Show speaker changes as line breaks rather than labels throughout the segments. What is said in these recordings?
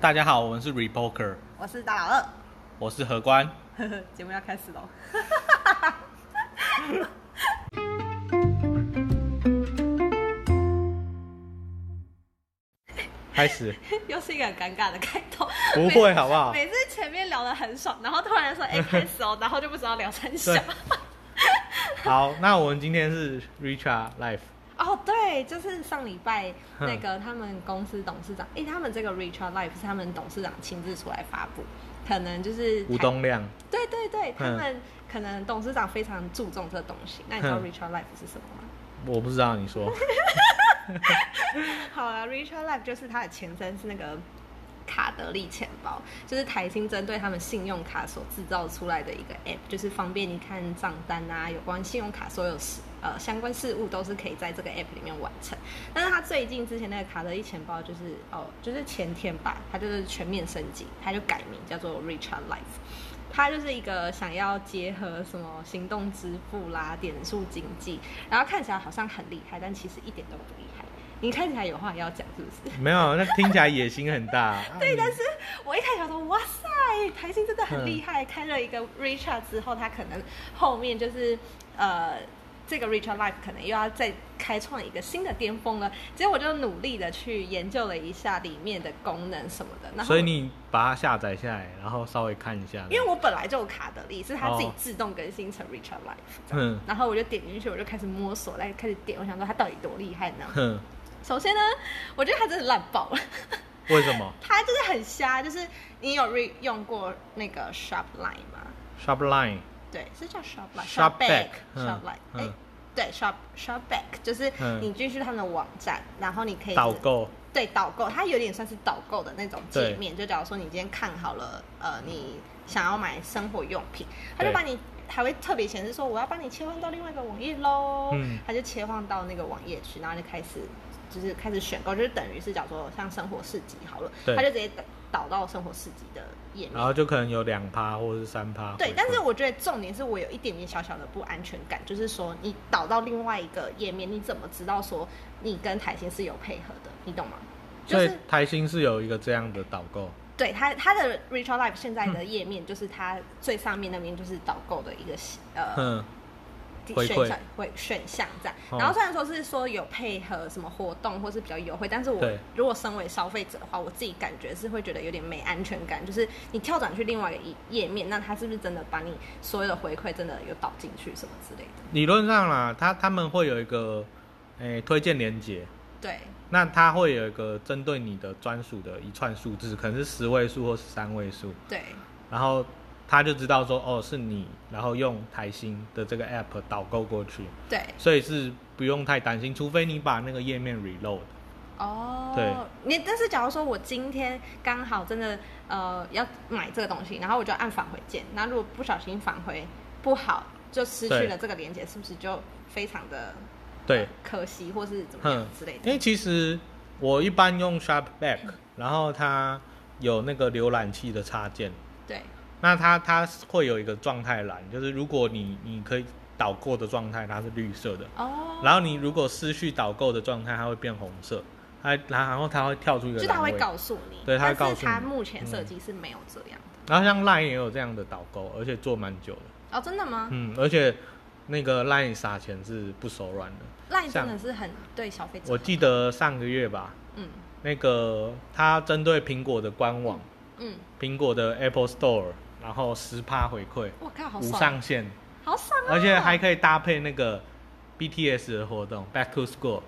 大家好，我们是 Repoker，
我是大老二
我是何官。
呵呵，节目要开始喽。
开始，
又是一个很尴尬的开头。
不会啊好不好？
每次前面聊得很爽，然后突然说 哎、开始哦，然后就不知道聊三小
对。好，那我们今天是 Richard Life，
哦，对，就是上礼拜那个他们公司董事长，哎、他们这个 Richard Life 是他们董事长亲自出来发布，可能就是
吴东亮，
对对对，他
嗯
们可能董事长非常注重这东西。那你知道
嗯
Richard Life 是什么吗？
我不知道你说，
好了，Richard Life 就是它的前身是那个卡德利钱包，就是台新针对他们信用卡所制造出来的一个 App，就是方便你看账单啊，有关信用卡所有事呃相关事务都是可以在这个 App 里面完成。但是它最近之前那个卡德利钱包就是哦，就是前天吧，它就是全面升级，它就改名叫做 Richard Life。它就是一个想要结合什么行动支付啦、点数经济，然后看起来好像很厉害，但其实一点都不厉害。你看起来有话要讲，是不是？
没有，那听起来野心很大。对，但是
我一开始想说，哇塞，台新真的很厉害，开了一
嗯
个 Richard 之后，他可能后面就是呃，这个 Richard Life 可能又要再开创一个新的巅峰了。结果我就努力的去研究了一下里面的功能什么的，然
嗯
后
所以你把它下载下来，然后稍微看一下。
因为我本来就有卡德利，是他自己
哦
自动更新成 Richard Life，、
哼
然后我就点进去，我就开始摸索，来开始点，我想说他到底多厉害呢？
哼，
首先呢，我觉得他真的烂爆了。
为什么
它就是很瞎，就是你有 re 用过那个 Shop Line 吗？
？Shopline
对，是叫 Shop
Shop
Line，Shop
Back，嗯
Line，Shop Line，哎、
嗯
对，Shop Shop Back，就是
嗯
你进去他们的网站，然后你可以
导购，
对导购，它有点算是导购的那种界
对
面。就假如说你今天看好了，呃，你想要买生活用品，它就
对
把你还会特别显示说我要帮你切换到另外一个网页喽，
嗯
它就切换到那个网页去，然后就开始就是开始选购，就是等于是假如说像生活市集好了，
对啊
它就直接导导到生活市集的页面
然。后就可能有两趴或者是三趴。
对，但是我觉得重点是我有一点点小小的不安全感，就是说你导到另外一个页面，你怎么知道说你跟台新是有配合的？你懂吗？就
所以
是
台新是有一个这样的导购。
对它它的 Richard Life 现在
嗯
的页面，就是它最上面那边就是导购的一个呃
哼，回馈
选项会选项这样。
哦
然后虽然说是说有配合什么活动或是比较优惠，但是我
对
如果身为消费者的话，我自己感觉是会觉得有点没安全感。就是你跳转去另外一个页面，那它是不是真的把你所有的回馈真的有导进去什么之类的？
理论上啦，他他们会有一个诶、推荐连接，
对，
那它会有一个针对你的专属的一串数字，可能是十位数或是三位数，
对，
然后他就知道说哦是你，然后用台新的这个 app 导购过去，
对，
所以是不用太担心，除非你把那个页面 reload。
哦，
对，
你但是假如说我今天刚好真的呃要买这个东西，然后我就按返回键，那如果不小心返回不好，就失去
对
了这个连接，是不是就非常的
对，
可惜，或是怎么
哼
样之类
因
的？
为其实我一般用 Sharp Back，然后它有那个浏览器的插件，
对，
那它它会有一个状态栏，就是如果你你可以导购的状态，它是绿色的。
哦，
然后你如果失去导购的状态，它会变红色，它然后它会跳出一个
就他
栏
会
位。
告诉你，
对它会
但
告
是
诉
他
你
目前设计是没有这样的。
然后像 LINE 也有这样的导购，而且做蛮久的。
哦，真的吗？
嗯，而且那个 LINE 撒钱是不手软的。
赖真
像
的是很对消费者，
我记，得上个月吧，
嗯
那个它针对苹果的官网、
嗯，
苹果的 Apple Store，然后十趴回馈，
我靠，好
无
爽，啊
上限，
好爽啊！
而且还可以搭配那个 BTS 的活动 Back to School。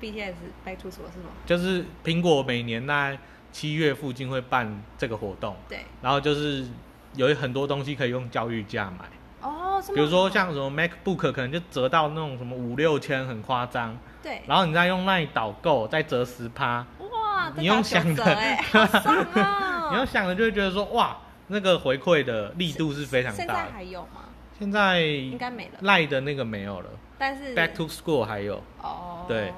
BTS Back to School 是吗？
就是苹果每年那七月附近会办这个活动，
对，
然后就是有很多东西可以用教育价买，
哦，这么
比如说
好
像什么 MacBook 可能就折到那种什么五六千，很夸张，
对，
然后你再用那里导购再折十趴，
哇，
你用想的
的哎， 好爽
你要
哦！
想着就会觉得说哇，那个回馈的力度是非常
现
大
在
的。
还有吗？
现在
应该没了，
赖的那个没有了
但是
，Back to School 还有。
哦，
对，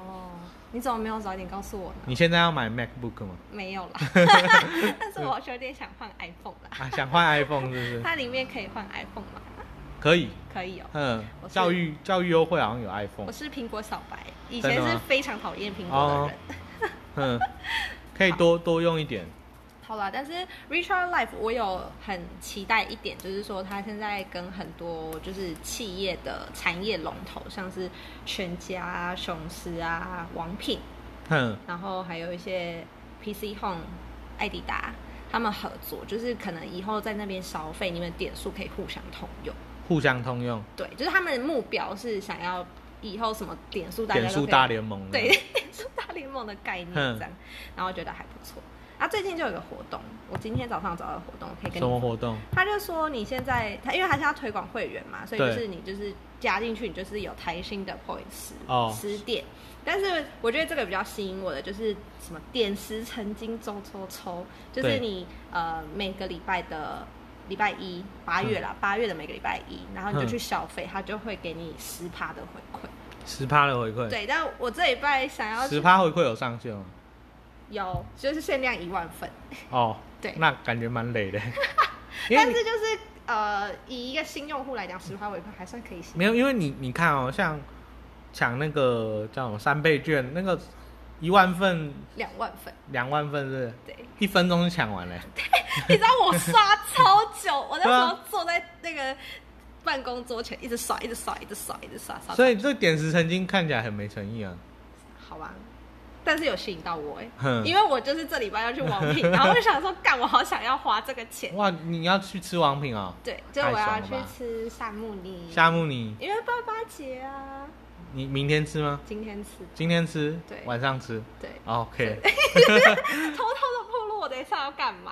你怎么没有早点告诉我呢？
你现在要买 MacBook 吗？
没 有啦，但是我有点想换 iPhone 啦，
啊，想换 iPhone 是 不是？
它里面可以换 iPhone 吗？
可以，
可以哦。
嗯
我，是
教育教育优惠好像有 iPhone
我。是苹果小白，以
嗯真
前
的吗哦
是非常讨厌苹果的人，
嗯，可以多多用一点。
好啦，但是 Richard Life 我有很期待一点，就是说他现在跟很多就是企业的产业龙头，像是全家啊、雄狮啊、王品，
哼，
然后还有一些 PC Home、艾迪达，他们合作，就是可能以后在那边消费，你们点数可以互相通用。
互相通用，
对，就是他们的目标是想要以后什么点数大家
点
都
数
可以
大联盟了，
对， 点数大联盟的概念
嗯
这样，然后觉得还不错。啊，最近就有个活动，我今天早上找到的活动，我可以跟
什么
你。
活动？
他就说你现在，他因为他现在推广会员嘛，所以就
对
是你就是加进去，你就是有台新的 point 十
哦
十点。但是我觉得这个比较吸引我的就是什么点石成金周抽抽，就是
对
你呃每个礼拜的礼拜一八月啦，八、月的每个礼拜一，然后你就
嗯
去消费，他就会给你十趴的回馈。
十趴的回馈，
对，但我这礼拜想要
十趴回馈有上 限吗？
有，就是限量一万份，
哦，
对
那感觉蛮累的， 因为
但
你
是就是呃，以一个新用户来讲，十块回馈还算可以行。
没有，因为你你看哦，像抢那个叫什么三倍券，那个一万份、
两万份，
两万份是不是
对，
一分钟就抢完 了，
你知道我刷超久，我那
对
时
啊
候坐在那个办公桌前，一直刷，一直刷，一直刷，一直刷，刷，
所以这点石成金看起来很没诚意啊。
好吧。但是有吸引到我哎、
哼
因为我就是这礼拜要去王品，然后我就想说，干，我好想要花这 个钱。
哇，你要去吃王品啊、
对，就是我要
太爽了
去
吧
吃萨慕尼，
夏目你
因为爸爸节啊，
你明天吃吗？
今天吃，
今天吃？
对
晚上吃。
对，
哦 OK，
偷偷的暴露我等一下要干 嘛。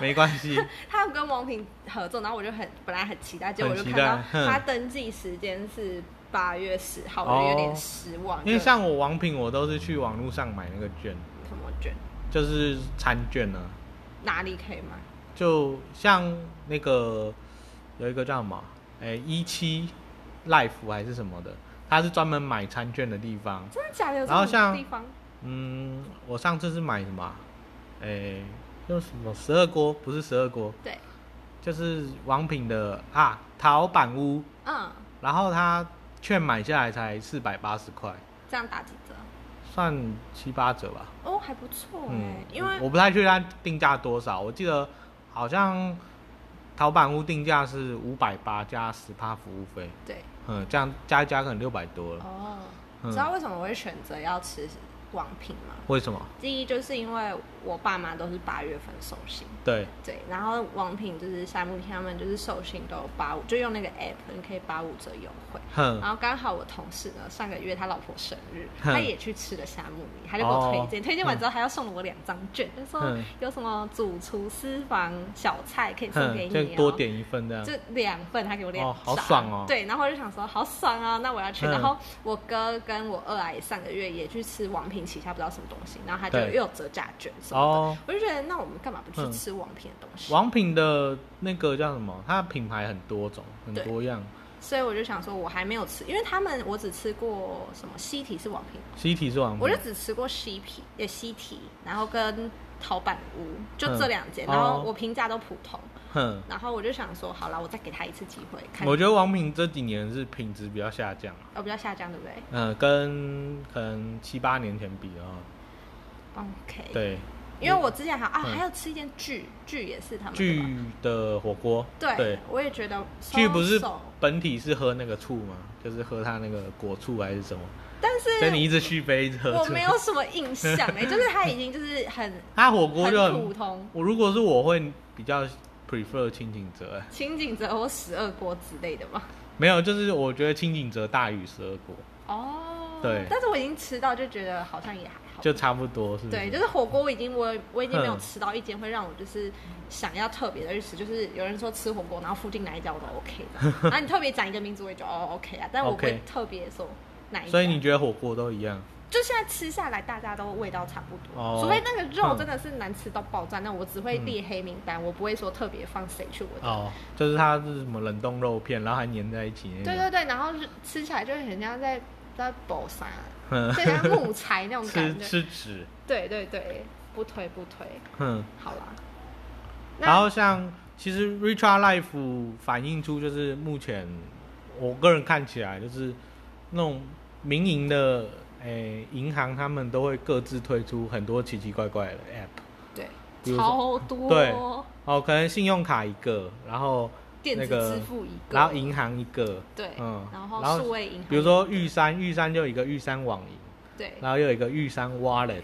没关系。
他有跟王品合作，然后我就很本来很期待，结果我就
很
看
期待
到
哼
他登记时间是八月十号，
哦
我就有点失望。
因为
就
像我王品，我都是去网络上买那个券，
什么卷
就是餐券呢、啊。
哪里可以买？
就像那个有一个叫什么，哎、一七 Life 还是什么的，它是专门买餐券的地方。
真的假的？有
然后
这种
像
地方
嗯，我上次是买什么啊？哎、用什么十二锅？不是十二锅，
对，
就是王品的啊，陶板屋。
嗯，
然后它券买下来才四百八十块，
这样打几折？
算七八折吧。
哦，还不错哎
嗯，，
因为
我不太确定它定价多少，我记得好像淘板屋定价是五百八加十趴服务费，
对
嗯，这样加一加可能六百多了。
哦，
嗯
知道为什么我会选择要吃王品吗？
为什么？
第一就是因为我爸妈都是八月份收信，
对，
对，然后王品就是夏目他们就是授信都有八五，就用那个 app 你可以八五折优惠。
哼
然，后刚好我同事呢上个月他老婆生日，
嗯哼
他也去吃了夏目米，他就给我推荐，
哦
推荐完之后他要送了我两张券，就说
嗯
有什么主厨私房小菜可以送给
哼，
你、哦
嗯就多。点一份这样。
就两份，他给我两张、
哦好爽哦
对，然后我就想说好爽啊，那我要去。
嗯
然后我哥跟我二阿姨上个月也去吃王品旗下不知道什么东西，然后他就
对
又有折价券什么的，
哦，
我就觉得那我们干嘛不去
嗯
吃王品的东西？
王品的那个叫什么？它的品牌很多种，很
对
多样。
所以我就想说，我还没有吃，因为他们我只吃过什么西提是王品，
西体是王
我
品
就，只吃过西皮也西提，然后跟陶板屋就这两间，
嗯
然后
哦
我评价都普通，
哼，
然后我就想说，好了，我再给他一次机会，看
我觉得王品这几年是品质比较下降啊，
我比较下降，对不对
嗯，跟可能七八年前比的话，
？OK，，
对，
因为我之前还啊
嗯
还有吃一间剧剧也是他们的吧
剧的火锅，
对，
对，
我也觉得
剧不是
so-so
本体是喝那个醋吗？就是喝它那个果醋还是什么？
但是
所以你一直续杯，一直喝
我
醋。
没有什么 印象哎、就是他已经就是很
它火锅
很
就
普
很，
通。
我如果是我会比较 prefer 清景泽，哎
清景泽或十二锅之类的嘛。
没有，就是我觉得清景泽大于十二锅
哦，
对
但是我已经吃到，就觉得好像也还好。
就差不多，是不是？
对，就是火锅，我已经我我已经没有
嗯
吃到一间会让我就是想要特别的去吃，就是有人说吃火锅，然后附近哪一家我都 OK 的， 然后你特别讲一个名字，我也觉得哦 OK 啊，但我不会
OK
特别说哪一家。
所以你觉得火锅都一样？
就现在吃下来，大家都味道差不多，
哦
除非那个肉
嗯
真的是难吃到爆炸，那我只会列黑名单，我不会说特别放谁去我的。
哦，就是它是什么冷冻肉片，然后还粘在一起那种。
对对对，然后是吃起来就很像在在 搏杀，
哼
就像木材那种感
吃
觉。
吃纸，
对对对，不推不推，
哼。
好啦。
然
那
后像其实 Richard Life 反映出就是目前我个人看起来就是那种民营的诶银行，他们都会各自推出很多奇奇怪怪的 app，
对
比如说
超多，
对哦，可能信用卡一个，然后
电子
那个
支付一个，
然后银行一个，
对，
嗯
然后
然后
数位银行，
比如说玉山，玉山就有一个玉山网银，
对
然后又有一个玉山 Wallet，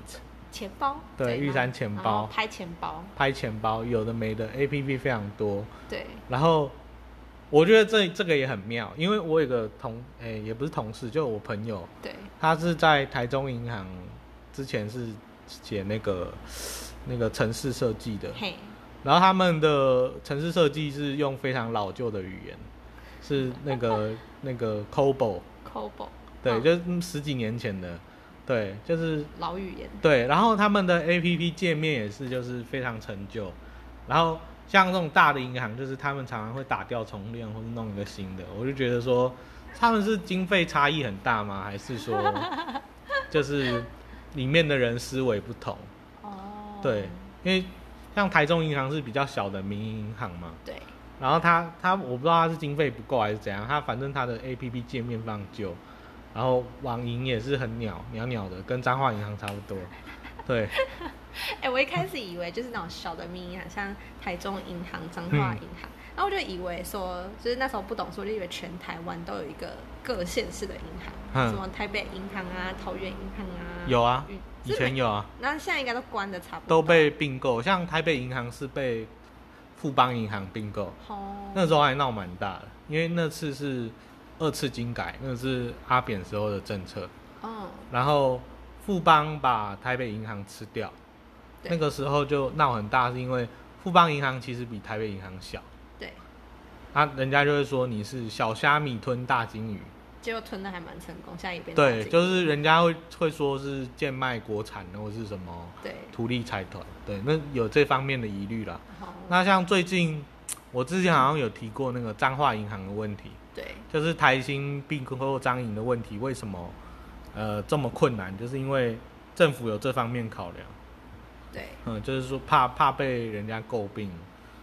钱包，
对玉
然后
山钱
然
包
后拍钱包，
拍钱包，有的没的 APP 非常多。
对，
然后我觉得这这个也很妙，因为我有个同诶、也不是同事，就我朋友，
对，
他是在台中银行之前是写那个那个城市设计的，
嘿，
然后他们的城市设计是用非常老旧的语言，是那个那个 COBOL，
Cobo，
对，
嗯
就是十几年前的，对，就是
老语言，
对，然后他们的 APP 界面也是就是非常陈旧，然后像这种大的银行，就是他们常常会打掉重练或者弄一个新的，我就觉得说他们是经费差异很大吗？还是说就是里面的人思维不同？
哦，
对，因为像台中银行是比较小的民营银行嘛，
对，
然后他他我不知道他是经费不够还是怎样，他反正他的 A P P 界面非常旧，然后网银也是很鸟鸟鸟的，跟彰化银行差不多。对，
哎、我一开始以为就是那种小的民营银行，像台中银行、彰化
嗯
银行，然后我就以为说，就是那时候不懂事，我就以为全台湾都有一个各县市的银行，
嗯
什么台北银行啊、桃园银行啊，
有啊
嗯，
以前，有啊，
那现在应该都关的差不多，
都被并购，像台北银行是被富邦银行并购，
哦，
那时候还闹蛮大的，因为那次是二次金改，那是阿扁时候的政策，
哦，
然后富邦把台北银行吃掉，
对
那个时候就闹很大，是因为富邦银行其实比台北银行小。
对，
啊，人家就会说你是小虾米吞大金鱼，
结果吞的还蛮成功，现在也变
对，
大金
就是人家会会说是贱卖国产或是什么
对，
图利财团，对，那有这方面的疑虑啦。
然后
那像最近我之前好像有提过那个彰化银行的问题，
对
就是台新并购彰银的问题，为什么呃这么困难？就是因为政府有这方面考量，
对，
嗯，就是说怕怕被人家诟病，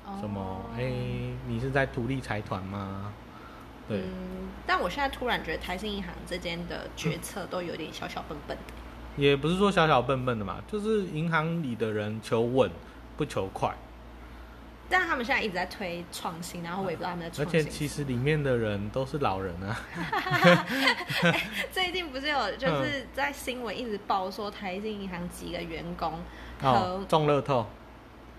哦
什么哎、你是在图利财团吗？对。
嗯，但我现在突然觉得台新银行这间的决策都有点小小笨笨的，
也不是说小小笨笨的嘛，就是银行里的人求稳不求快，
但他们现在一直在推创新，然后我也不知道他们在
而
创
且
新什么。
其实里面的人都是老人啊。
最近不是有
嗯
就是在新闻一直报说台新银行几个员工
哦
和，
中乐透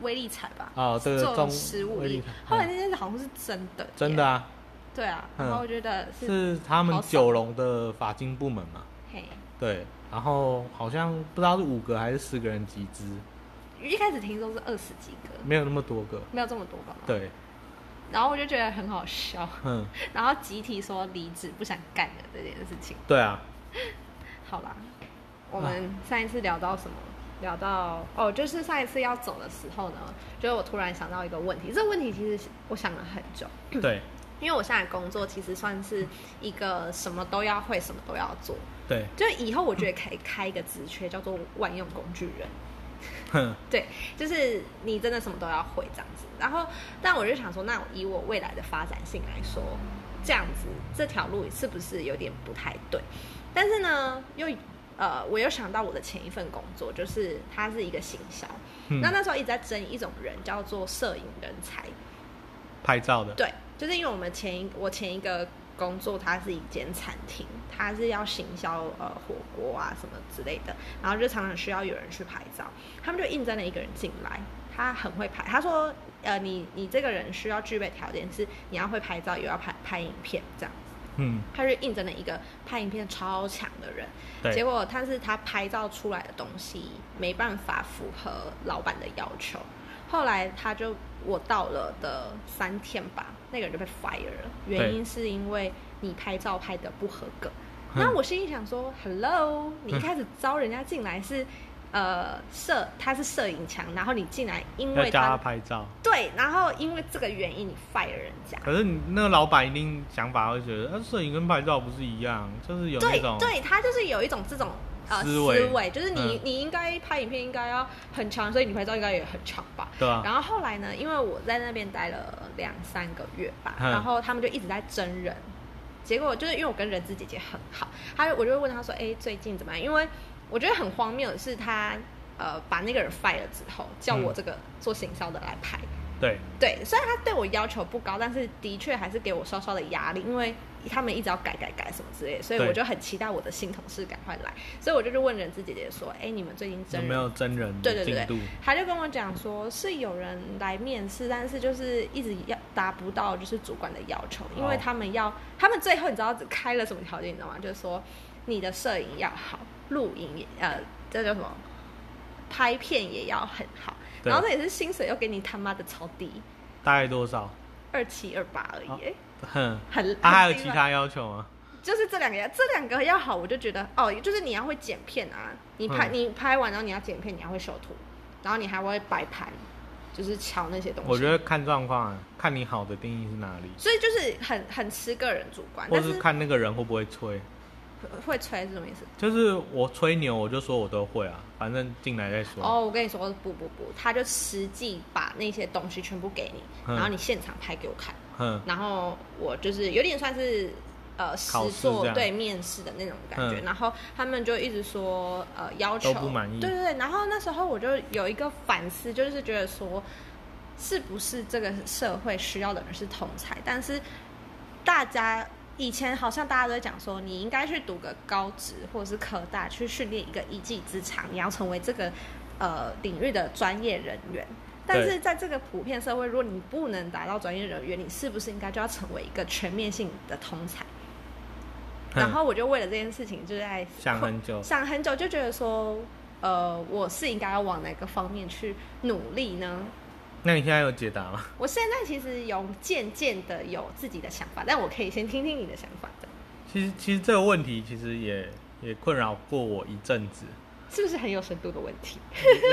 威力彩吧，
哦，对，
中
中
十五
威
亿
力彩，嗯
后来那件事好像是真的，
真的，啊，
对啊，
嗯
然后我觉得是
是他们
好爽
九龙的法金部门嘛，
嘿，
对，然后好像不知道是五个还是四个人集资，
一开始听说是二十几个，
没有那么多个，
没有这么多吧，
对，
然后我就觉得很好笑，
嗯，
然后集体说离职不想干了这件事情。
对 啊，
好啦，我们上一次聊到什么？聊到哦，就是上一次要走的时候呢，就是我突然想到一个问题，这个问题其实我想了很久，
对
因为我现在工作其实算是一个什么都要会，什么都要做。
对，
就以后我觉得可以开一个职缺，叫做万用工具人。
哼，
对，就是你真的什么都要会这样子。然后，但我就想说，那以我未来的发展性来说，这样子这条路是不是有点不太对？但是呢，又呃，我又想到我的前一份工作，就是它是一个行销，
嗯
那那时候一直在争一种人叫做摄影人才，
拍照的，
对，就是因为我们前一我前一个工作，它是一间餐厅，它是要行销呃火锅啊什么之类的，然后就常常需要有人去拍照，他们就应征了一个人进来，他很会拍，他说呃你你这个人需要具备条件是你要会拍照，又要拍拍影片这样。
嗯，
他就应征了一个拍影片超强的人，结
对，
果但是他拍照出来的东西没办法符合老板的要求，后来他就我到了的三天吧，那个人就被 fire 了，原因是因为你拍照拍的不合格。
嗯
那我心里想说，Hello，你一开始招人家进来是。呃，摄他是摄影强，然后你进来，因
要
为
教他
他
拍照。
对，然后因为这个原因你 fire 人家，
可是你那个老板一定想法会觉得，啊，摄影跟拍照不是一样，就是有那
对
种
对，他就是有一种这种呃
思维
就是你、
嗯
你应该拍影片应该要很长，所以你拍照应该也很长吧。
对啊吧、
然后后来呢，因为我在那边待了两三个月吧，
嗯
然后他们就一直在真人，结果就是因为我跟人资姐姐很好，她我就会问她说，哎，最近怎么样？因为我觉得很荒谬的是她。呃把那个人 fire 了之后，叫我
嗯
这个做行销的来排。
对，
对，虽然他对我要求不高，但是的确还是给我稍稍的压力，因为他们一直要改改改什么之类的，所以
对
我就很期待我的新同事赶快来，所以我就去问人资姐姐说：“哎，你们最近
有
真
没
人
有真人
对
的
对
进
对
度？
他就跟我讲说，是有人来面试，但是就是一直要达不到就是主管的要求，因为
哦
他们要，他们最后你知道只开了什么条件，你知道吗？就是说你的摄影要好，录影也呃，这叫什么？拍片也要很好，
对
然后这也是薪水又给你他妈的超低，
大概多少？
二七二八而已、
好
欸
哼，
很。
啊，还有
很低
其
吧
他要求吗？
就是这两个要，这两个要好，我就觉得哦，就是你要会剪片啊，你拍、
嗯
你拍完，然后你要剪片，你要会修图，然后你还会摆盘，就是瞧那些东西。
我觉，得看状况啊，看你好的定义是哪里，
所以就是很很吃个人主观，
或
啊但
是
是
看那个人会不会吹。
会吹是什么意思？
就是我吹牛，我就说我都会啊，反正进来再说。
哦，我跟你说不不不，他就实际把那些东西全部给你，
嗯
然后你现场拍给我看，
哼，
然后我就是有点算是呃实
考试这
做
样
对面试的那种感觉，
嗯
然后他们就一直说呃要求
都不满意
对对对，然后那时候我就有一个反思，就是觉得说是不是这个社会需要的人是同才，但是大家。以前好像大家都在讲说，你应该去读个高职或者是科大，去训练一个一技之长，你要成为这个呃领域的专业人员。但
对
是在这个普遍社会，如果你不能达到专业人员，你是不是应该就要成为一个全面性的通才？
哼
然后我就为了这件事情，就在
嗯想很久
想很久，就觉得说，呃，我是应该要往哪个方面去努力呢？
那你现在有解答吗？
我现在其实有渐渐的有自己的想法，但我可以先听听你的想法的，
其实其实这个问题其实也也困扰过我一阵子，
是不是很有深度的问题？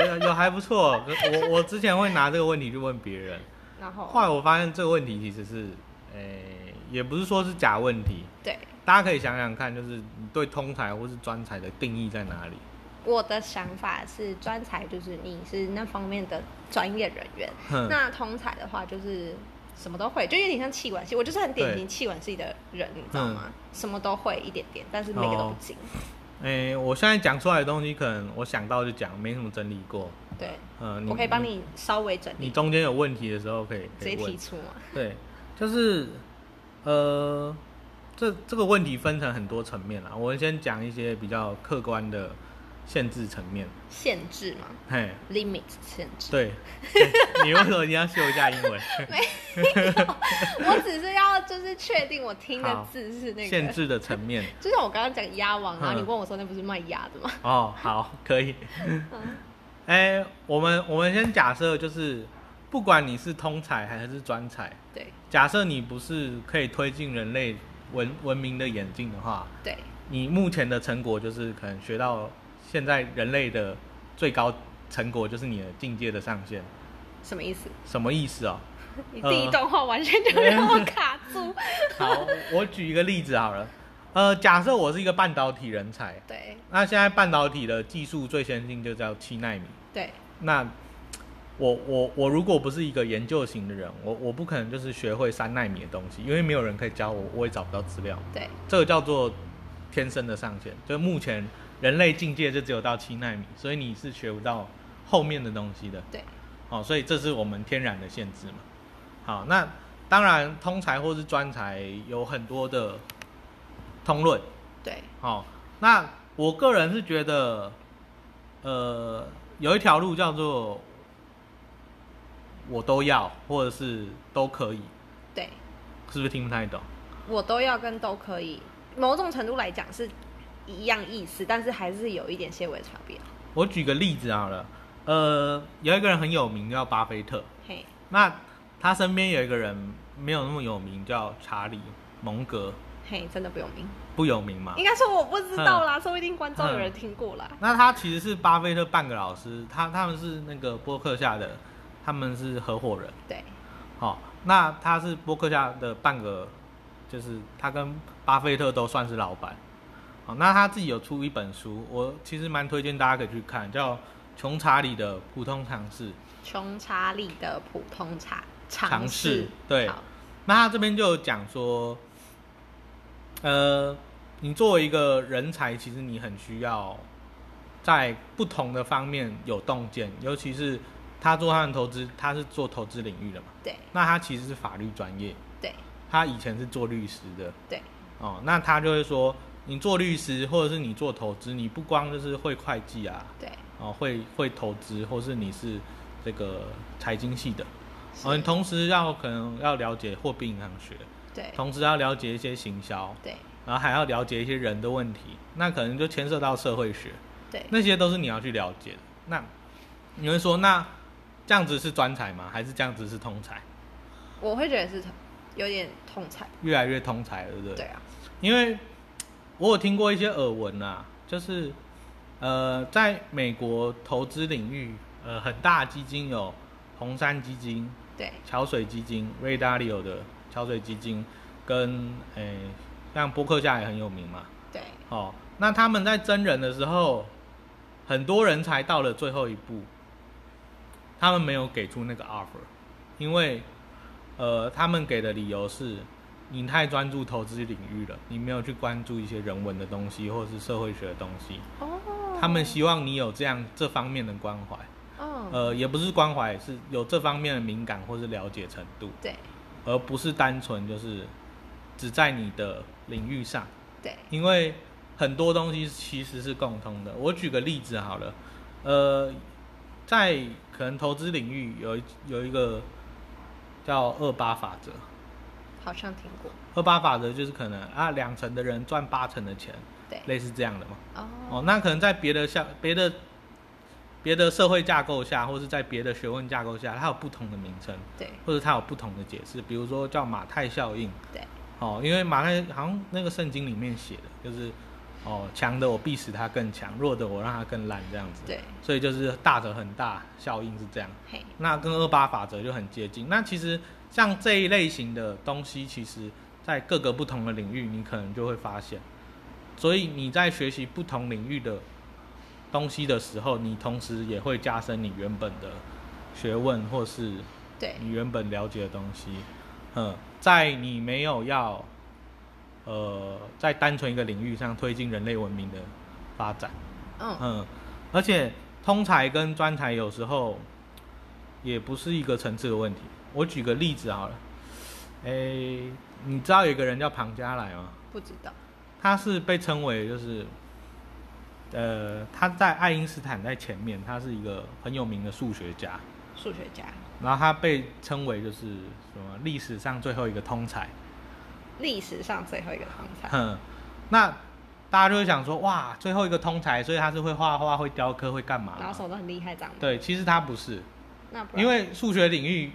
有有还不错。我我之前会拿这个问题去问别人，
然后，
后来我发现这个问题其实是，诶、也不是说是假问题，
对，
大家可以想想看，就是你对通才或是专才的定义在哪里？
我的想法是，专才就是你是那方面的专业人员，
哼，
那通才的话就是什么都会，就有点像气管系，我就是很典
对
型气管系的人，你知道吗？
嗯
什么都会一点点，但是每个都不精。
哦诶、我现在讲出来的东西，可能我想到就讲，没什么整理过。
对，
嗯、你
我可以帮你稍微整
你
理，
中间有问题的时候可以
直
可以
接
问
提。出嘛。
对，就是呃，这这个问题分成很多层面啦。我们先讲一些比较客观的限制层面。
限制嘛
嘿，
，limit 限制。
对，你为什么一定要秀一下英文？
我只是要就是确定我听
好
的字是 那
限
个，
制的层面。
就像我刚刚讲鸭王，然后你
嗯
问我说那不是卖鸭的吗？
哦，好，可以。
嗯
哎、我们我们先假设就是，不管你是通才还是专才，
对
假设你不是可以推进人类文文明的演进的话，
对
你目前的成果就是可能学到现在人类的最高成果，就是你的境界的上限。
什么意思？
什么意思哦？
你
呃
第一段话完全就让我卡住。
好，我举一个例子好了。呃，假设我是一个半导体人才，
对
那现在半导体的技术最先进就叫七纳米。
对
那我我我如果不是一个研究型的人，我我不可能就是学会三纳米的东西，因为没有人可以教我，我也找不到资料。
对，
这个叫做天生的上限，就目前人类境界就只有到七纳米，所以你是学不到后面的东西的。
对，
哦，所以这是我们天然的限制嘛。好，那当然通才或是专才有很多的通论。
对，
哦，那我个人是觉得，呃，有一条路叫做我都要，或者是都可以，
对，
是不是听不太懂？
我都要跟都可以，某种程度来讲是一样意思，但是还是有一点些微差别。
我举个例子好了，呃，有一个人很有名叫巴菲特，
嘿，
那他身边有一个人没有那么有名，叫查理蒙格，
嘿，真的不用明，
不有名嘛
应。该说我不知道
嗯
啦，说不定观众有人听过啦。
那他其实是巴菲特半个老师，他他们是那个波克夏的，他们是合伙人。
对，
好、那他是波克夏的半个，就是他跟巴菲特都算是老板。好、那他自己有出一本书，我其实蛮推荐大家可以去看，叫《穷查理的普通常识》。
穷查理的普通茶
尝
尝
试
试，
对
好
那他这边就有讲说，呃，你作为一个人才，其实你很需要在不同的方面有洞见，尤其是他做他的投资，他是做投资领域的嘛，
对
那他其实是法律专业，
对
他以前是做律师的，
对
哦，那他就会说，你做律师或者是你做投资，你不光就是会会计啊，
对，
哦，会会投资，或是你是这个财经系的，哦，
是
你同时要可能要了解货币银行学，
对
同时要了解一些行销，
对
然后还要了解一些人的问题，那可能就牵涉到社会学，
对，
那些都是你要去了解的。那你会说，那这样子是专才吗？还是这样子是通才？
我会觉得是有点痛惨，
越来越通才了，对不对？
对啊，
因为我有听过一些耳闻啊，就是呃，在美国投资领域，呃，很大基金有红杉基金、
对
桥水基金、瑞达利有的桥水基金，跟诶、像伯克夏也很有名嘛。
对
哦，那他们在真人的时候，很多人才到了最后一步，他们没有给出那个 offer，因为呃，他们给的理由是你太专注投资领域了，你没有去关注一些人文的东西或是社会学的东西。
哦，
他们希望你有这样这方面的关怀，
嗯
呃，也不是关怀，是有这方面的敏感或是了解程度，
对
而不是单纯就是只在你的领域上。
对
因为很多东西其实是共通的。我举个例子好了，呃，在可能投资领域有一有一个叫二八法则，
好像听过，
二八法则就是可能啊两成的人赚八成的钱，
对
类似这样的嘛。
哦
哦，那可能在别的项别的别的社会架构下，或是在别的学问架构下，它有不同的名称，
对
或者它有不同的解释，比如说叫马太效应。
对
哦，因为马太好像那个圣经里面写的，就是哦，强的我必使他更强，弱的我让他更烂这样子。，
对
所以就是大的很大，效应是这样。
嘿
那跟二八法则就很接近。那其实像这一类型的东西，其实在各个不同的领域，你可能就会发现。所以你在学习不同领域的东西的时候，你同时也会加深你原本的学问或是
对
你原本了解的东西，嗯，在你没有要，呃，在单纯一个领域上推进人类文明的发展，
嗯
嗯，而且通才跟专才有时候也不是一个层次的问题。我举个例子好了，诶、你知道有一个人叫庞加莱吗？
不知道
他是被称为就是，呃，他在爱因斯坦在前面，他是一个很有名的数学家，
数学家
然后他被称为就是什么历史上最后一个通才，
历史上最后一个通才，
哼，那大家就会想说，哇，最后一个通才，所以他是会画画、会雕刻、会干嘛？
然后什么都很厉害这样子，
嗯对，其实他不是，
那不然
因为数学领域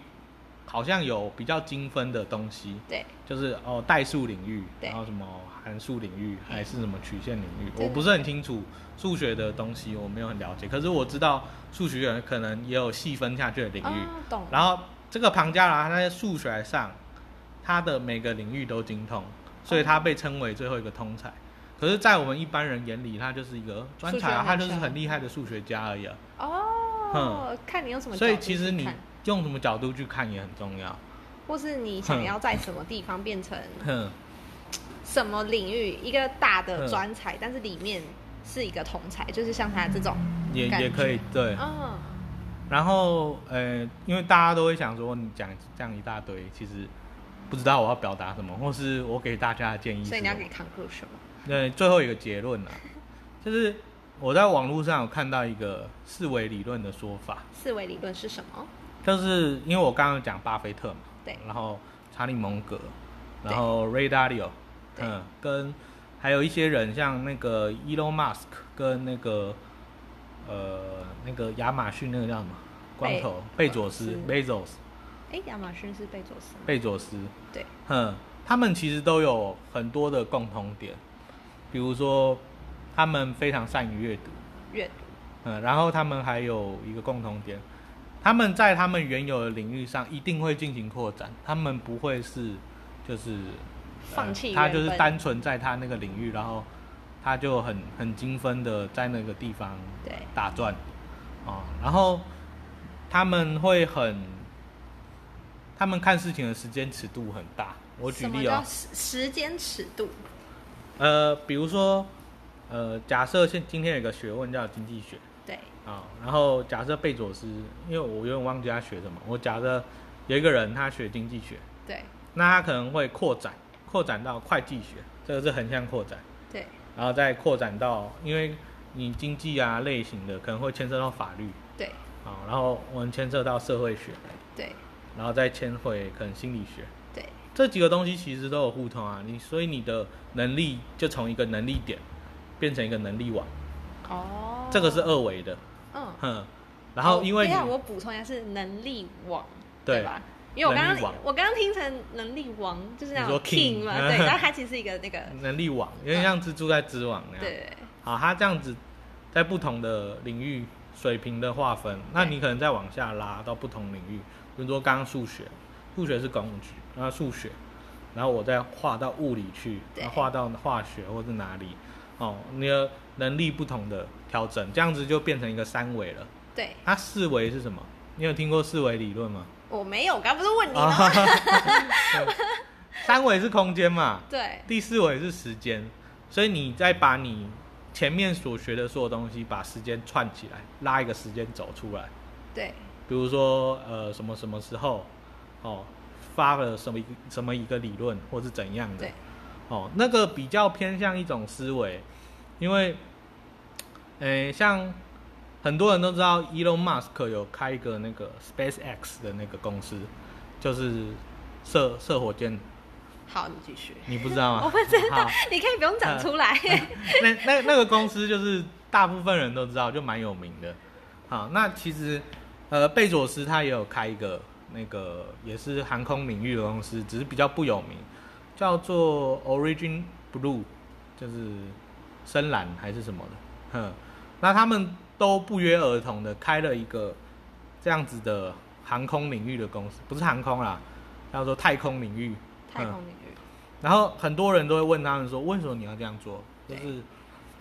好像有比较精分的东西，
对
就是哦代数领域，
对
然后什么函数领域，还是什么曲线领域，
对
我不是很清楚数学的东西，我没有很了解，可是我知道数学可能也有细分下去的领域。
哦懂
然后这个庞加莱他在数学上，他的每个领域都精通，所以他被称为最后一个通才。可是，在我们一般人眼里，他就是一个专才啊，
数学很
他就是
强
很厉害的数学家而已啊。
哦，看你用什么角
所
度
以
去看，
其实你用什么角度去看也很重要。
或是你想要在什么地方变成
哼，
什么领域一个大
嗯
的专才，但是里面是一个同才，就是像他这种
嗯也
感
也可以
觉
对。
嗯，
然后呃，因为大家都会想说你讲这样一大堆，其实不知道我要表达什么，或是我给大家的建议是
所以
什
你
么
要给 conclusion 吗？
对，最后一个结论啦、 就是我在网络上有看到一个四维理论的说法，
四维理论是什么？
就是因为我刚刚有讲巴菲特嘛，
对
然后查理蒙格，
对
然后 Ray Dalio，
对
嗯，跟还有一些人像那个 Elon Musk 跟那个呃那个亚马逊那个叫什么光
贝
头贝佐斯
斯
Bezos
哎，亚马逊是贝佐斯吗？
贝佐斯，
对
哼，他们其实都有很多的共同点，比如说他们非常善于阅读，
阅读，
嗯，然后他们还有一个共同点，他们在他们原有的领域上一定会进行扩展，他们不会是就是呃
放弃
他
原
就是
本
单纯在他那个领域，然后他就很很精分的在那个地方
对
打转，哦，然后他们会很，他们看事情的时间尺度很大。我举
什么
例啊
叫
哦，
时时间尺度，
呃，比如说呃，假设现今天有个学问叫经济学
对，
啊，然后假设贝佐斯，因为我有点忘记他学什么，我假设有一个人他学经济学，
对，
那他可能会扩展扩展到会计学，这个是横向扩展，
对，
然后再扩展到因为你经济啊类型的可能会牵涉到法律
对，
啊，然后我们牵涉到社会学，
对，
然后再牵回可能心理学。
对，
这几个东西其实都有互通啊，你所以你的能力就从一个能力点变成一个能力网，
哦，
这个是，二维的，
嗯，
哼。然后因为
哦等一下我
你
补充一下是能力网，
对
对吧？因为我刚
能力
刚
网
我刚刚听成能力王就是那
你
种
说 king 嗯
嘛，对，但它其实是一个那个，
能力网有点像蜘蛛在织网那样，
对
好，它这样子在不同的领域水平的划分，那你可能再往下拉到不同领域，比如说刚刚数学，数学是工具，然后数学，然后我再划到物理去，
对
然后划到化学或是哪里，哦，你的能力不同的调整，这样子就变成一个三维了。
对，
它四维是什么？你有听过四维理论吗？
我没有，我刚不是问你
啊
吗？
哈哈哈，对 三维是空间嘛？
对
第四维是时间，所以你再把你前面所学的所有东西，把时间串起来，拉一个时间轴出来。
对
比如说，呃，什么什么时候，哦，发了什么一个什么一个理论，或是怎样的
对，
哦，那个比较偏向一种思维，因为，呃，像很多人都知道，Elon Musk 有开一个那个 SpaceX 的那个公司，就是射射火箭，
好，你继续，
你不知道吗？
我不知
好
道，你可以不用讲出来，
那那那个公司就是大部分人都知道，就蛮有名的。好，那其实呃，贝佐斯他也有开一个那个也是航空领域的公司，只是比较不有名，叫做 Origin Blue，就是深蓝还是什么的。哼，那他们都不约而同的开了一个这样子的航空领域的公司，不是航空啦，叫做太空领域。
太
嗯
空领域，
然后很多人都会问他们说，为什么你要这样做？就
对
是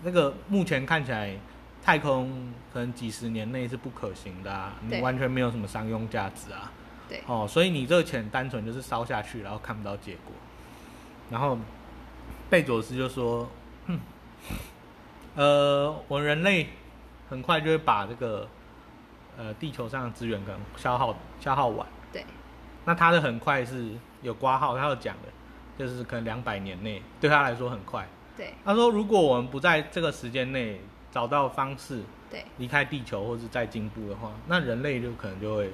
那个目前看起来，太空可能几十年内是不可行的啊，你
对
完全没有什么商用价值啊。
对
哦，所以你这个钱单纯就是烧下去，然后看不到结果。然后贝佐斯就说，哼呃，我们人类很快就会把这个呃地球上的资源可能消耗消耗完。
对
那他的很快是有挂号，他有讲的，就是可能两百年内对他来说很快。
对
他说，如果我们不在这个时间内找到方式
对
离开地球，或是再进步的话，那人类就可能就会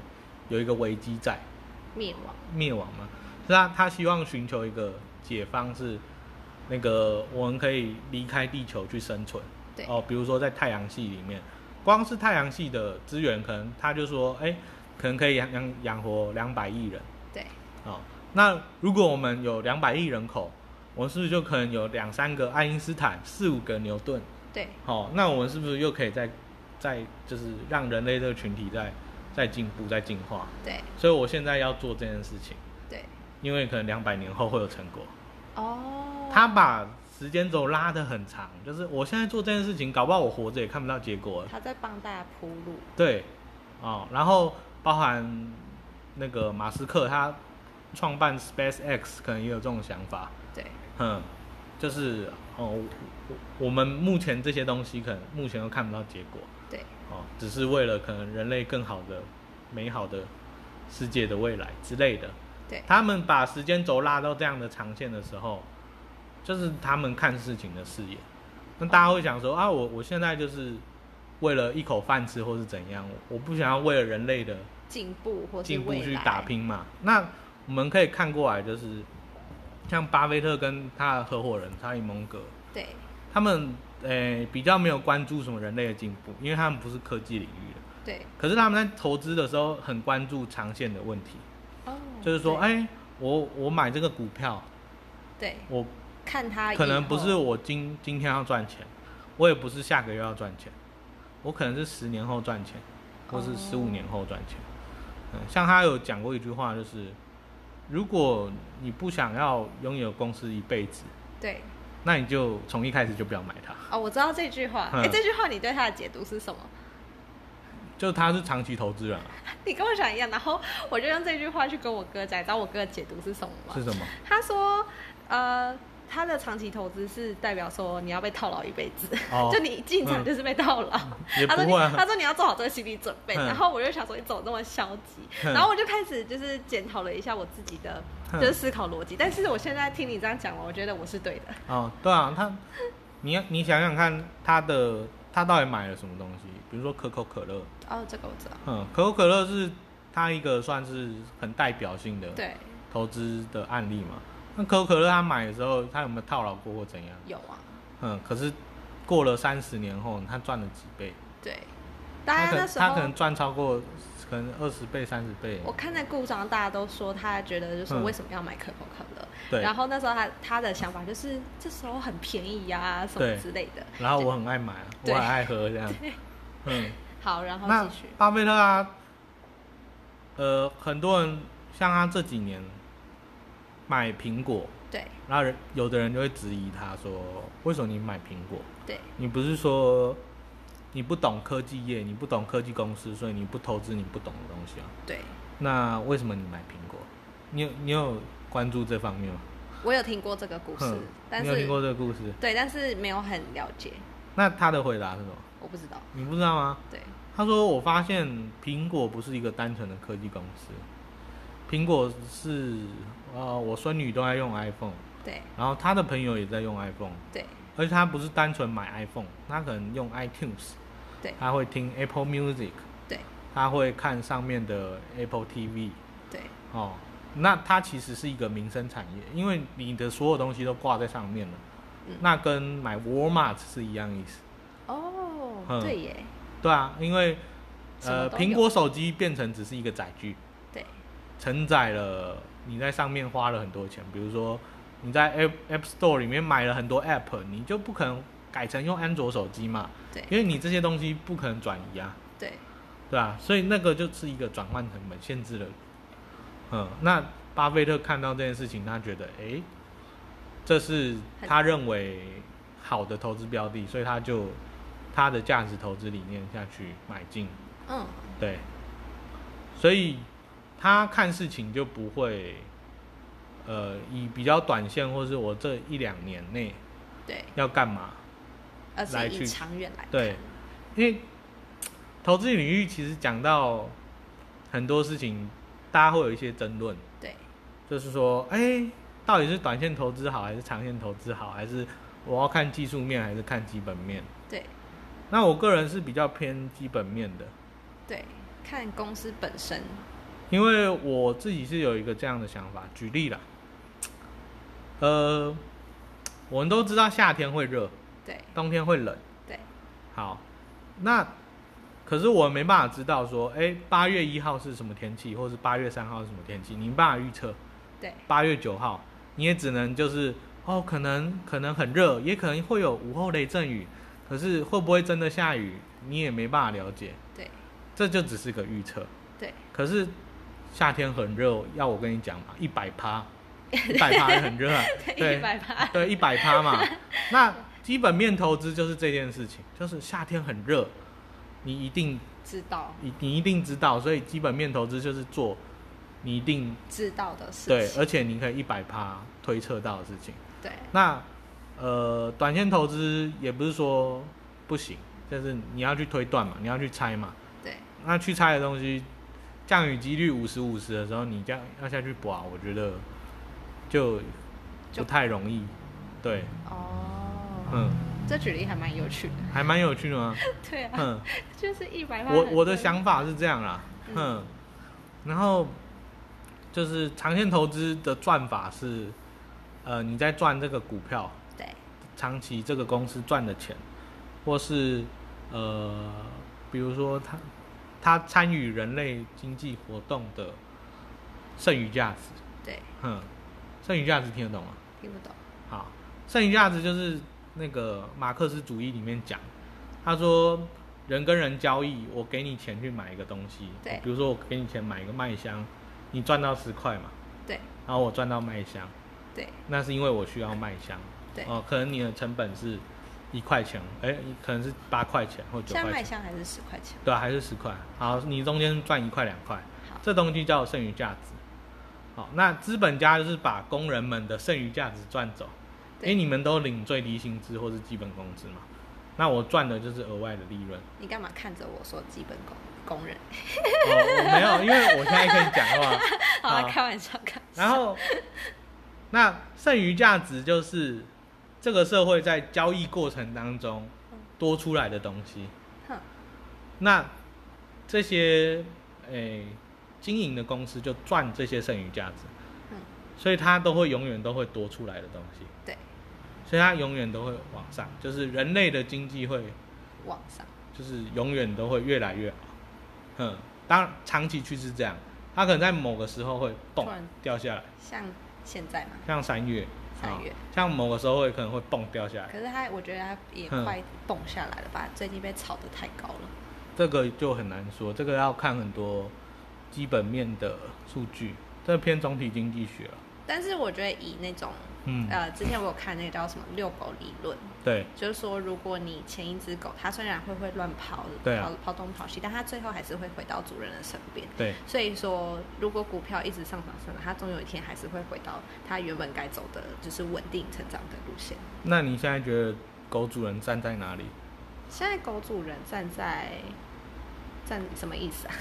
有一个危机在
灭亡，
灭亡嘛。是啊，他希望寻求一个解方是，那个我们可以离开地球去生存。
对
哦，比如说在太阳系里面，光是太阳系的资源，可能他就说，哎、可能可以养养养活两百亿人。
对
哦，那如果我们有两百亿人口，我们是不是就可能有两三个爱因斯坦、四五个牛顿？
对
好、那我们是不是又可以再再就是让人类这个群体再再进步、再进化？
对
所以我现在要做这件事情，
对，
因为可能两百年后会有成果。
哦，
他把时间轴拉得很长，就是我现在做这件事情，搞不好我活着也看不到结果了。
他在帮大家铺路，
对，哦，然后包含那个马斯克他创办 SpaceX 可能也有这种想法，
对
嗯，就是哦，我我我们目前这些东西可能目前都看不到结果
对
哦，只是为了可能人类更好的、美好的世界的未来之类的。
对
他们把时间轴拉到这样的长线的时候，就是他们看事情的视野。那大家会想说啊，我我现在就是为了一口饭吃，或是怎样，我不想要为了人类的
进步或是
进步
未
去
来
打，拼嘛。那我们可以看过来，就是像巴菲特跟他的合伙人查理蒙格，
对
他们呃、比较没有关注什么人类的进步，因为他们不是科技领域的。
对
可是他们在投资的时候很关注长线的问题，
哦，
就是说，
对
哎、我我买这个股票，
对，
我
看他
可
以
能不是
后
我今今天要赚钱，我也不是下个月要赚钱，我可能是十年后赚钱，或是
哦
十五年后赚钱。嗯，像他有讲过一句话，就是如果你不想要拥有公司一辈子，
对
那你就从一开始就不要买它。
哦，我知道这句话。
嗯
哎、这句话你对他的解读是什么？
就他是长期投资人啊，
你跟我想一样，然后我就用这句话去跟我哥讲，你知道我哥的解读是什么吗？
是什么？
他说，呃，他的长期投资是代表说你要被套牢一辈子，
哦
就你一进场就是被套牢。
也
他说
不
你
会啊
他说你要做好这个心理准备，
嗯
然后我就想说你怎么那么消极，
嗯
然后我就开始就是检讨了一下我自己的
嗯
就是思考逻辑，但是我现在听你这样讲完，我觉得我是对的。
哦，对啊，他，你要你想想看，他的他到底买了什么东西？比如说可口可乐，
哦，这个我知道，
嗯，可口可乐是他一个算是很代表性的
对，
投资的案例嘛。那可口可乐他买的时候，他有没有套牢过或怎样？
有啊，
嗯，可是过了三十年后，他赚了几倍？
对，大
他
家
可
啊那
能
时
他可
候
能赚超过可能二十倍、三十倍。
我看在故障，大家都说他觉得就是
嗯
为什么要买可口可乐，
对，
然后那时候他他的想法就是这时候很便宜呀、什么
对
之类的。
然后我很爱买啊，我
对
很爱喝这样。嗯，
好，然后
那
继续，
巴菲特啊，呃，很多人像他这几年买苹果，
对
然后人有的人就会质疑他说，为什么你买苹果？
对
你不是说你不懂科技业，你不懂科技公司，所以你不投资你不懂的东西啊？
对，
那为什么你买苹果？你有你有关注这方面吗？
我有听过这个故事
哼，
但
嗯你有听过
是
这个故事？
对，但是没有很了解，
那他的回答是什么？
我不知道。
你不知道吗？
对，
他说：“我发现苹果不是一个单纯的科技公司，苹果是呃，我孙女都在用 iPhone，
对
然后她的朋友也在用 iPhone，
对
而且她不是单纯买 iPhone，她可能用 iTunes，
对
她会听 Apple Music，
对
她会看上面的 Apple TV，
对
哦，那它其实是一个民生产业，因为你的所有东西都挂在上面了，
嗯
那跟买 Walmart 是一样意思。”
哦，
嗯
对耶，
对啊，因为
什么
呃，
都有
苹果手机变成只是一个载具，
对
承载了你在上面花了很多钱，比如说你在 App App Store 里面买了很多 App，你就不可能改成用安卓手机嘛，
对
因为你这些东西不可能转移啊，
对
对啊，所以那个就是一个转换成本限制了。嗯，那巴菲特看到这件事情，他觉得诶，这是他认为好的投资标的，所以他就他的价值投资理念下去买进。
嗯，
对，所以他看事情就不会，呃，以比较短线或是我这一两年内
对，
要干嘛，
而是
来
以
去
长远来看，
对，因为投资领域其实讲到很多事情，大家会有一些争论，
对
就是说，哎、到底是短线投资好还是长线投资好，还是我要看技术面还是看基本面？
对
那我个人是比较偏基本面的，
对，看公司本身，
因为我自己是有一个这样的想法。举例啦，呃，我们都知道夏天会热，
对
冬天会冷。
对
好，那可是我没办法知道说，哎，八月一号是什么天气，或是八月三号是什么天气，你没办法预测。
对
八月九号，你也只能就是哦，可能可能很热，也可能会有午后雷阵雨，可是会不会真的下雨，你也没办法了解。
对
这就只是个预测。
对，，
可是夏天很热，要我跟你讲嘛，一百趴，一百趴也很热啊
对
对
一百八，
对，一百趴嘛。那基本面投资就是这件事情，就是夏天很热，你一定
知道
你你一定知道，所以基本面投资就是做你一定
知道的事
对，
情，
而且你可以一百趴推测到的事情。
对
那呃，短线投资也不是说不行，就是你要去推断嘛，你要去猜嘛。
对
那去猜的东西，降雨几率五十五十的时候，你这样要下去刮，我觉得就不
就
太容易。对，
哦，
嗯，
这举例还蛮有趣的。
还蛮有趣的嘛。
对啊，
嗯，
就是一百万。
我我的想法是这样啦，
嗯
嗯，然后就是长线投资的赚法是，呃，你在赚这个股票
对
长期这个公司赚的钱，或是呃，比如说他他参与人类经济活动的剩余价值，
对，
哼，剩余价值听得懂吗？
听不懂。
好，剩余价值就是那个马克思主义里面讲，他说人跟人交易，我给你钱去买一个东西，
对
比如说我给你钱买一个麦香，你赚到十块嘛，
对
然后我赚到麦香，
对
那是因为我需要麦香，
对，
哦，可能你的成本是一块钱，哎，可能是八块钱或九
现在
块
卖
钱，
香还是十块钱。
对啊、还是十块。好，你中间赚一块两块
好，
这东西叫剩余价值。好，那资本家就是把工人们的剩余价值赚走，哎、你们都领最低薪资或是基本工资嘛？那我赚的就是额外的利润。
你干嘛看着我说基本工工人？
哦，我没有，因为我现在可以讲话。
好啊，
好
开玩笑，开玩
然
笑。
后，那剩余价值就是这个社会在交易过程当中多出来的东西。
哼，
那这些诶、经营的公司就赚这些剩余价值，
嗯
所以它都会永远都会多出来的东西，
对，
所以它永远都会往上，就是人类的经济会
往上，
就是永远都会越来越好。嗯，当然长期趋势这样，它可能在某个时候会蹦
突然
掉下来，
像现在嘛。
像三月，
三月
啊像某个时候会可能会蹦掉下来，
可是他，我觉得他也
哼
快蹦下来了吧？最近被炒得太高了。
这个就很难说，这个要看很多基本面的数据，这偏总体经济学了。啊
但是我觉得以那种，
嗯，
呃，之前我有看那个叫什么遛狗理论，
对，
就是说如果你前一只狗，它虽然会会乱跑，
对啊
跑跑东跑西，但它最后还是会回到主人的身边。
对，
所以说，如果股票一直上涨上涨，它总有一天还是会回到它原本该走的，就是稳定成长的路线。
那你现在觉得狗主人站在哪里？
现在狗主人站在站什么意 思啊？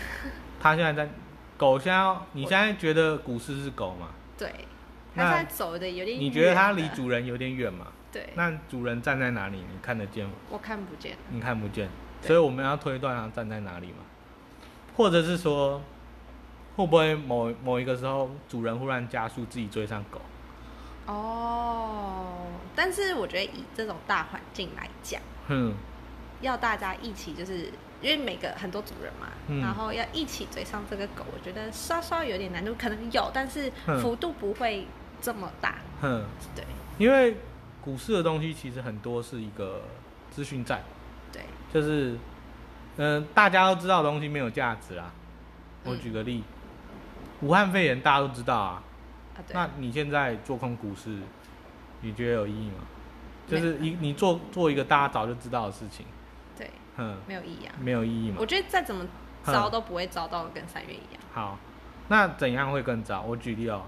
他现在在狗现在要，你现在觉得股市是狗吗？
对，它
那
现在走的有点
你觉得它
远
离
了
主人有点远吗？
对，
那主人站在哪里？你看得见吗？
我看不见了。
你看不见，
对
所以我们要推断它站在哪里嘛？或者是说，会不会某某一个时候主人忽然加速自己追上狗？
哦，但是我觉得以这种大环境来讲，
哼、
要大家一起，就是因为每个很多主人嘛，
嗯
然后要一起追上这个狗，我觉得稍稍有点难度，可能有，但是
嗯
幅度不会这么大。
哼，
对
因为股市的东西其实很多是一个资讯战，
对，
就是，嗯、大家都知道的东西没有价值啦。我
嗯
举个例，武汉肺炎大家都知道啊，
啊对，
那你现在做空股市，你觉得有意义吗？就
没
是一你做做一个大家早就知道的事情，
对
哼，
没有意义啊。
没有意义嘛
我。觉得再怎么
嗯
招都不会招到跟三月一样。
好，那怎样会更糟？我举例哦，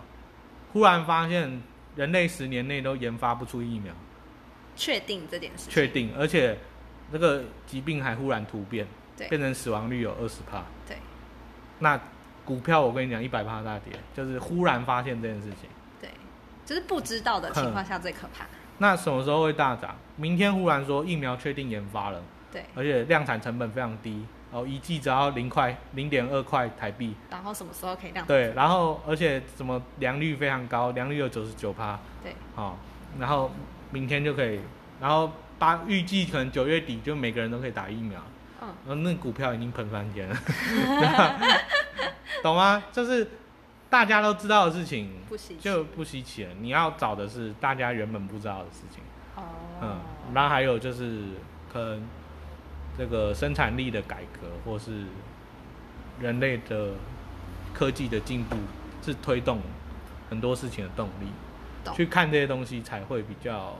忽然发现人类十年内都研发不出疫苗，
确定这件事情，
确定，而且那个疾病还忽然突变，
对
变成死亡率有二十帕。
对
那股票我跟你讲，一百帕大跌，就是忽然发现这件事情。
对，就是不知道的情况下
嗯
最可怕。
那什么时候会大涨？明天忽然说疫苗确定研发了，
对，
而且量产成本非常低，然后一剂只要零块零点二块台币，
然后什么时候可以让
对，然后而且什么良率非常高，良率有九十九趴，
对
好，然后明天就可以，然后八预计可能九月底就每个人都可以打疫苗，
嗯
然后那股票已经喷翻天了， 懂吗？就是大家都知道的事情，
不行
就不稀奇了。你要找的是大家原本不知道的事情，嗯
哦，，
然后还有就是可能这个生产力的改革，或是人类的科技的进步，是推动很多事情的动力。
懂
去看这些东西才会比较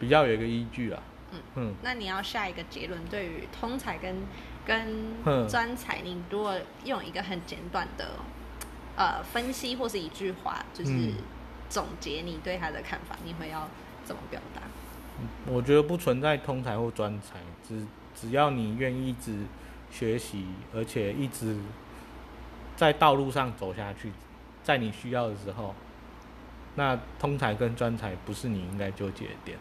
比较有一个依据啊。
嗯
嗯
那你要下一个结论，对于通才跟跟
哼
专才，你如果用一个很简短的呃分析或是一句话，就是
嗯
总结你对他的看法，你会要怎么表达？
我觉得不存在通才或专才，只只要你愿意一直学习，而且一直在道路上走下去，在你需要的时候，那通才跟专才不是你应该纠结的点。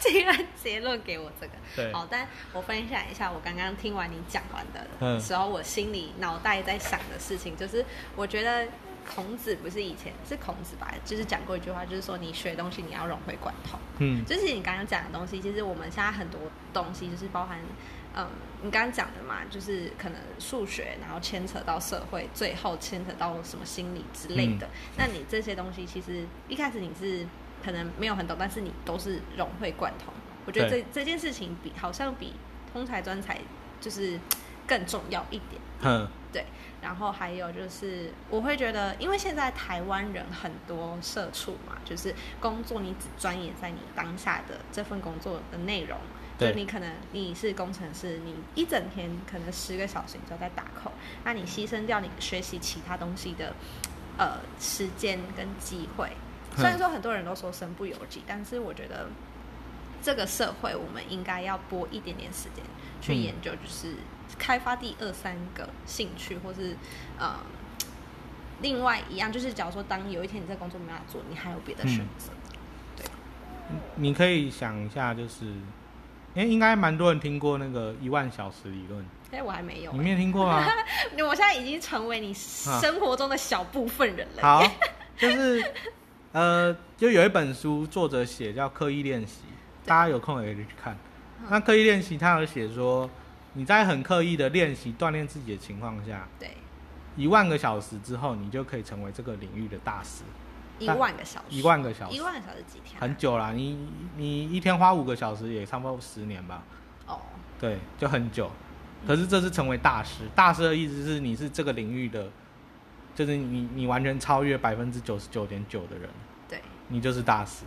这个结论给我这个。
对，
好，但我分享一下我刚刚听完你讲完的
嗯
时候，我心里脑袋在想的事情，就是我觉得孔子不是以前是孔子吧，就是讲过一句话，就是说你学东西你要融会贯通。
嗯
就是你刚刚讲的东西，其实我们现在很多东西就是包含，嗯，你刚刚讲的嘛，就是可能数学，然后牵扯到社会，最后牵扯到什么心理之类的。
嗯
那你这些东西其实一开始你是可能没有很懂，但是你都是融会贯通。我觉得这
对
这件事情比好像比通才专才就是更重要一点。
哼
然后还有就是，我会觉得，因为现在台湾人很多社畜嘛，就是工作你只钻研在你当下的这份工作的内容。就
对
你可能你是工程师，你一整天可能十个小时你都在打扣，那你牺牲掉你学习其他东西的呃时间跟机会，虽然说很多人都说身不由己，但是我觉得这个社会我们应该要拨一点点时间去
嗯
研究，就是开发第二三个兴趣，或是呃。另外一样就是，假如说当有一天你这工作没办法做，你还有别的选择。
你可以想一下，就是，哎、应该蛮多人听过那个一万小时理论，
哎、我还没有、
你没有听过啊吗？
我现在已经成为你生活中的小部分人了。
啊好，就是，呃，就有一本书，作者写叫《刻意练习》，大家有空也可以去看。那刻意练习，它有写说，你在很刻意的练习锻炼自己的情况下，
对，
一万个小时之后，你就可以成为这个领域的大师。
一万个小时，
一万个小时
一万个小时几天啊、
很久啦，你你一天花五个小时也差不多十年吧，
哦，
对，就很久。
嗯
可是这是成为大师，大师的意思是你是这个领域的，就是你你完全超越百分之九十九点九的人，
对，
你就是大师。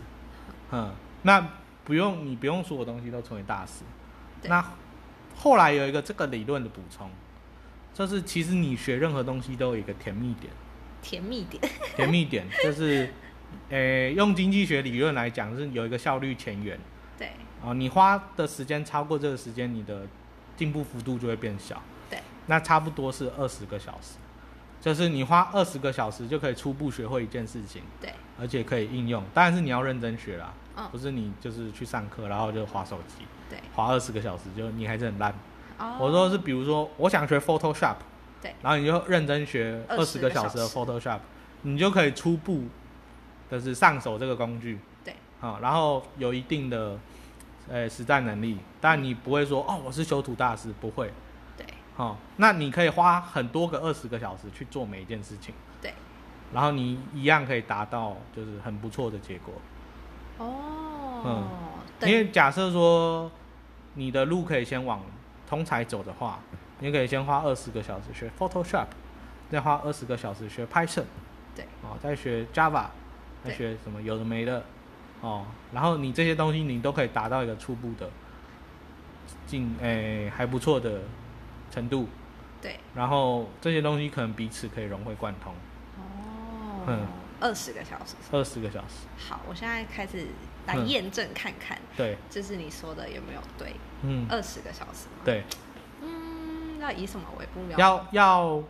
嗯，那不用你不用所有东西都成为大师。
对
那后来有一个这个理论的补充，就是其实你学任何东西都有一个甜蜜 点。
甜蜜点，
甜蜜点，就是，呃，用经济学理论来讲，是有一个效率前缘
对
啊、你花的时间超过这个时间，你的进步幅度就会变小。
对，
那差不多是二十个小时，就是你花二十个小时就可以初步学会一件事情，
对，
而且可以应用。当然是你要认真学啦，
嗯
不是你就是去上课然后就划手机，
对，
划二十个小时就你还是很烂。
哦，
我说是，比如说我想学 Photoshop，
对，
然后你就认真学二十
20
个小时的 Photoshop，你就可以初步就是上手这个工具
对，
啊、然后有一定的呃实战能力，但你不会说哦我是修图大师，不会，
对，
哦，那你可以花很多个二十个小时去做每一件事情，
对，
然后你一样可以达到就是很不错的结果，
哦，
嗯因为假设说你的路可以先往通才走的话，你可以先花二十个小时学 Photoshop，再花二十个小时学 Python，
对，
哦，再学 Java，再
对
学什么有的没的，哦，然后你这些东西你都可以达到一个初步的进诶、还不错的程度，
对，
然后这些东西可能彼此可以融会贯通，
哦，
嗯
二十个小时，
二十个小时，
好，我现在开始来
嗯
验证看看，
对，
就是你说的有没有对，
嗯，
二十个小时吗？，
对，
嗯，要以什么为目标？
要要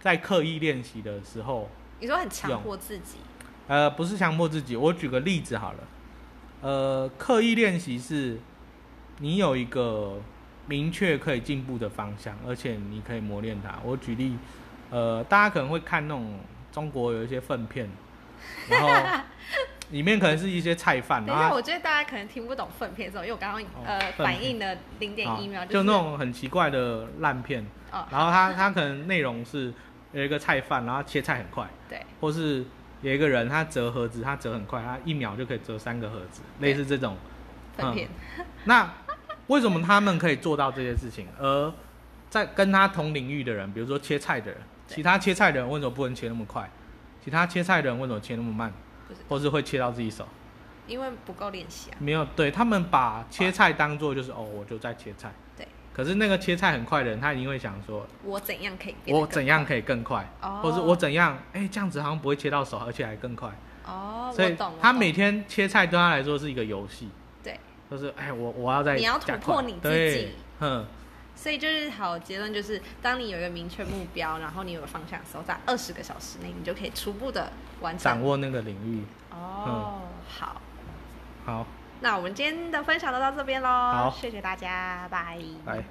在刻意练习的时候。
你说很强
用
迫自己，
呃，不是强迫自己，我举个例子好了。呃，刻意练习是，你有一个明确可以进步的方向，而且你可以磨练它。我举例，呃，大家可能会看那种中国有一些粪片，然后里面可能是一些菜饭，
等
然
一下，
后
我觉得大家可能听不懂粪片这种，因为我刚刚、
啊哦
呃
粪片
反应了零
啊
点一秒，
就是那种很奇怪的烂片，
哦，
然后它它可能内容是有一个菜饭，然后切菜很快，
对
或是有一个人他折盒子，他折很快，他一秒就可以折三个盒子，
对
类似这种。
粪片，
那为什么他们可以做到这些事情，而在跟他同领域的人，比如说切菜的人，
对
其他切菜的人为什么不能切那么快？其他切菜的人为什么切那么慢
不知道，
或是会切到自己手？
因为不够练习啊，
没有，对他们把切菜当做就是哦，我就在切菜。
对
可是那个切菜很快的人，他一定会想说，
我怎样可以变得
我
更
怎样
快
可以更快，
哦
或是我怎样，哎，这样子好像不会切到手，而且还更快。
哦，
所
我
以
懂，
他
我懂
每天切菜对他来说是一个游戏，
对，
就是哎，我我要在
你要突破你自己
嗯，
所以就是好结论就是，当你有一个明确目标，然后你有个方向的时候，在二十个小时内，你就可以初步的完
掌
成。
握嗯那个领域。
哦，好，
好，
那我们今天的分享就到这边喽，
好
谢谢大家，拜。
来。